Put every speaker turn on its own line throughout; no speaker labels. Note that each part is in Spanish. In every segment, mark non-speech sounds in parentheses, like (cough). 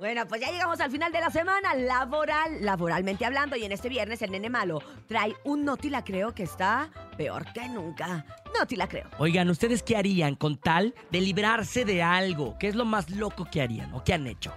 Bueno, pues ya llegamos al final de la semana laboral, laboralmente hablando, y en este viernes el nene malo trae un noti la creo que está peor que nunca. Noti la creo.
Oigan, ¿ustedes qué harían con tal de librarse de algo? ¿Qué es lo más loco que harían o que han hecho?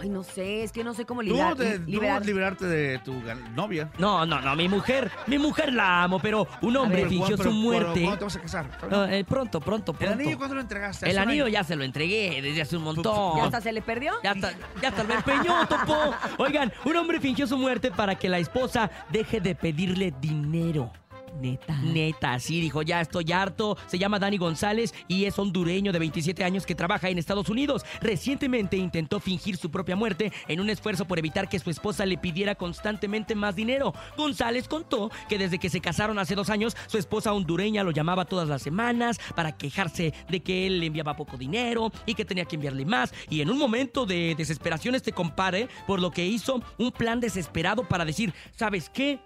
Ay, no sé, es que no sé cómo
Tú,
lidiar.
de- tú
liberar-
liberarte de tu gan- novia.
No, no, no, mi mujer, mi mujer la amo, pero un hombre
Pero,
fingió
¿cuándo- pero,
su muerte.
¿Cuándo te vas a casar?
Ah, eh, pronto, pronto,
¿El
pronto.
anillo cuándo lo entregaste?
El
Hace un
anillo
año.
ya se lo entregué desde hace un montón.
¿Ya hasta se le perdió?
Ya hasta, ya hasta lo empeñó, topo. Oigan, un hombre fingió su muerte para que la esposa deje de pedirle dinero.
Neta.
Neta, sí, dijo, ya estoy harto. Se llama Dani González y es hondureño de 27 años que trabaja en Estados Unidos. Recientemente intentó fingir su propia muerte en un esfuerzo por evitar que su esposa le pidiera constantemente más dinero. González contó que desde que se casaron hace dos años, su esposa hondureña lo llamaba todas las semanas para quejarse de que él le enviaba poco dinero y que tenía que enviarle más. Y en un momento de desesperación este compare, por lo que hizo un plan desesperado para decir, ¿sabes qué?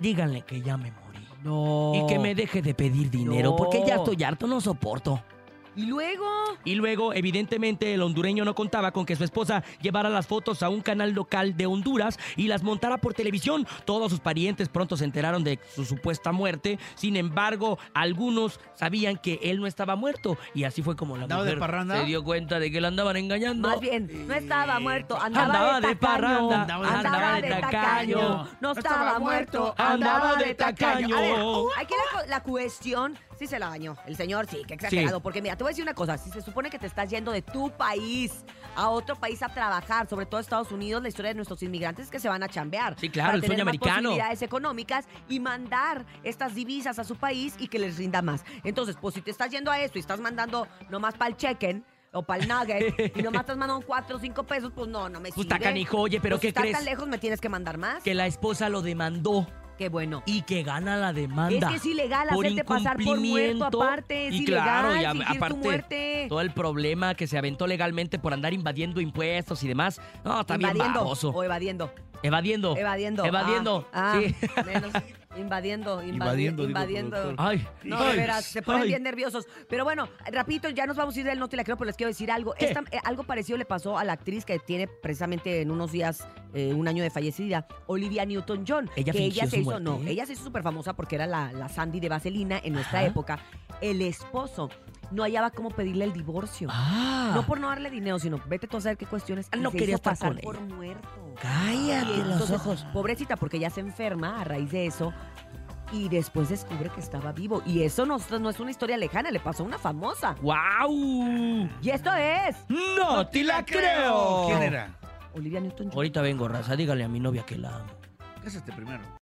Díganle que ya me morí.
No.
Y que me deje de pedir dinero,
Oh. No.
porque ya estoy harto, no soporto.
Y luego.
Y luego, evidentemente, el hondureño no contaba con que su esposa llevara las fotos a un canal local de Honduras y las montara por televisión. Todos sus parientes pronto se enteraron de su supuesta muerte. Sin embargo, algunos sabían que él no estaba muerto. Y así fue como la
¿Andaba de
mujer
parranda?
se dio cuenta de que la andaban engañando.
Más bien, no estaba muerto, andaba,
Andaba
de
de
tacaño.
parranda,
andaba
de
de
tacaño.
tacaño.
No estaba muerto, andaba de tacaño. A ver, aquí la, cu- la cuestión, sí se la bañó. El señor sí, que exagerado.
Sí.
Porque mira, te voy a decir una cosa. Si se supone que te estás yendo de tu país a otro país a trabajar, sobre todo a Estados Unidos, la historia de nuestros inmigrantes es que se van a chambear.
Sí, claro,
para
el
tener
sueño
más
americano.
posibilidades económicas y mandar estas divisas a su país y que les rinda más. Entonces, pues si te estás yendo a esto y estás mandando nomás para el chequen o para el
(laughs)
nugget y nomás estás mandando 4 o 5 pesos, pues no, no me
Pues
sirve.
está canijo, oye, pero
Pues,
¿qué
está
crees?
tan lejos, me tienes que mandar más.
Que la esposa lo demandó
Qué bueno.
y que gana la demanda.
Es que es ilegal
por
hacerte pasar por muerto
incumplimiento.
aparte, es
y
ilegal
claro, y a-
fingir tu
aparte
muerte.
todo el problema que se aventó legalmente por andar invadiendo impuestos y demás. No, está bien
invadiendo
baboso.
o evadiendo.
Evadiendo.
Evadiendo.
Evadiendo.
Ah,
sí.
ah, menos. Invadiendo, invadi-
Invadiendo,
invadiendo.
dijo productor.
Ay.
No,
ay,
de veras, se ponen
ay.
bien nerviosos. Pero bueno, rapidito, ya nos vamos a ir del no te la creo, pero les quiero decir algo.
¿Qué?
Esta- eh, algo parecido le pasó a la actriz que tiene precisamente en unos días eh, un año de fallecida, Olivia Newton-John.
Ella
que
fingió
ella se
su
hizo, no,
muerte.
ella se hizo súper famosa porque era la, la Sandy de Vaselina en nuestra
Ajá.
época. El esposo no hallaba cómo pedirle el divorcio.
Ah.
No por no darle dinero, sino vete tú a saber qué cuestiones.
Ah,
Y
no
se
quería
hizo
estar
pasar
con
por
ella.
muerto.
Cállate
Y
los
entonces,
ojos.
Pobrecita, porque ya se enferma a raíz de eso. Y después descubre que estaba vivo. Y eso no, no es una historia lejana, le pasó a una famosa.
¡Wow!
Y esto es
¡No te la creo!
¿Quién era?
Olivia Newton-John.
Ahorita vengo, raza. Dígale a mi novia que la amo.
Cásate primero.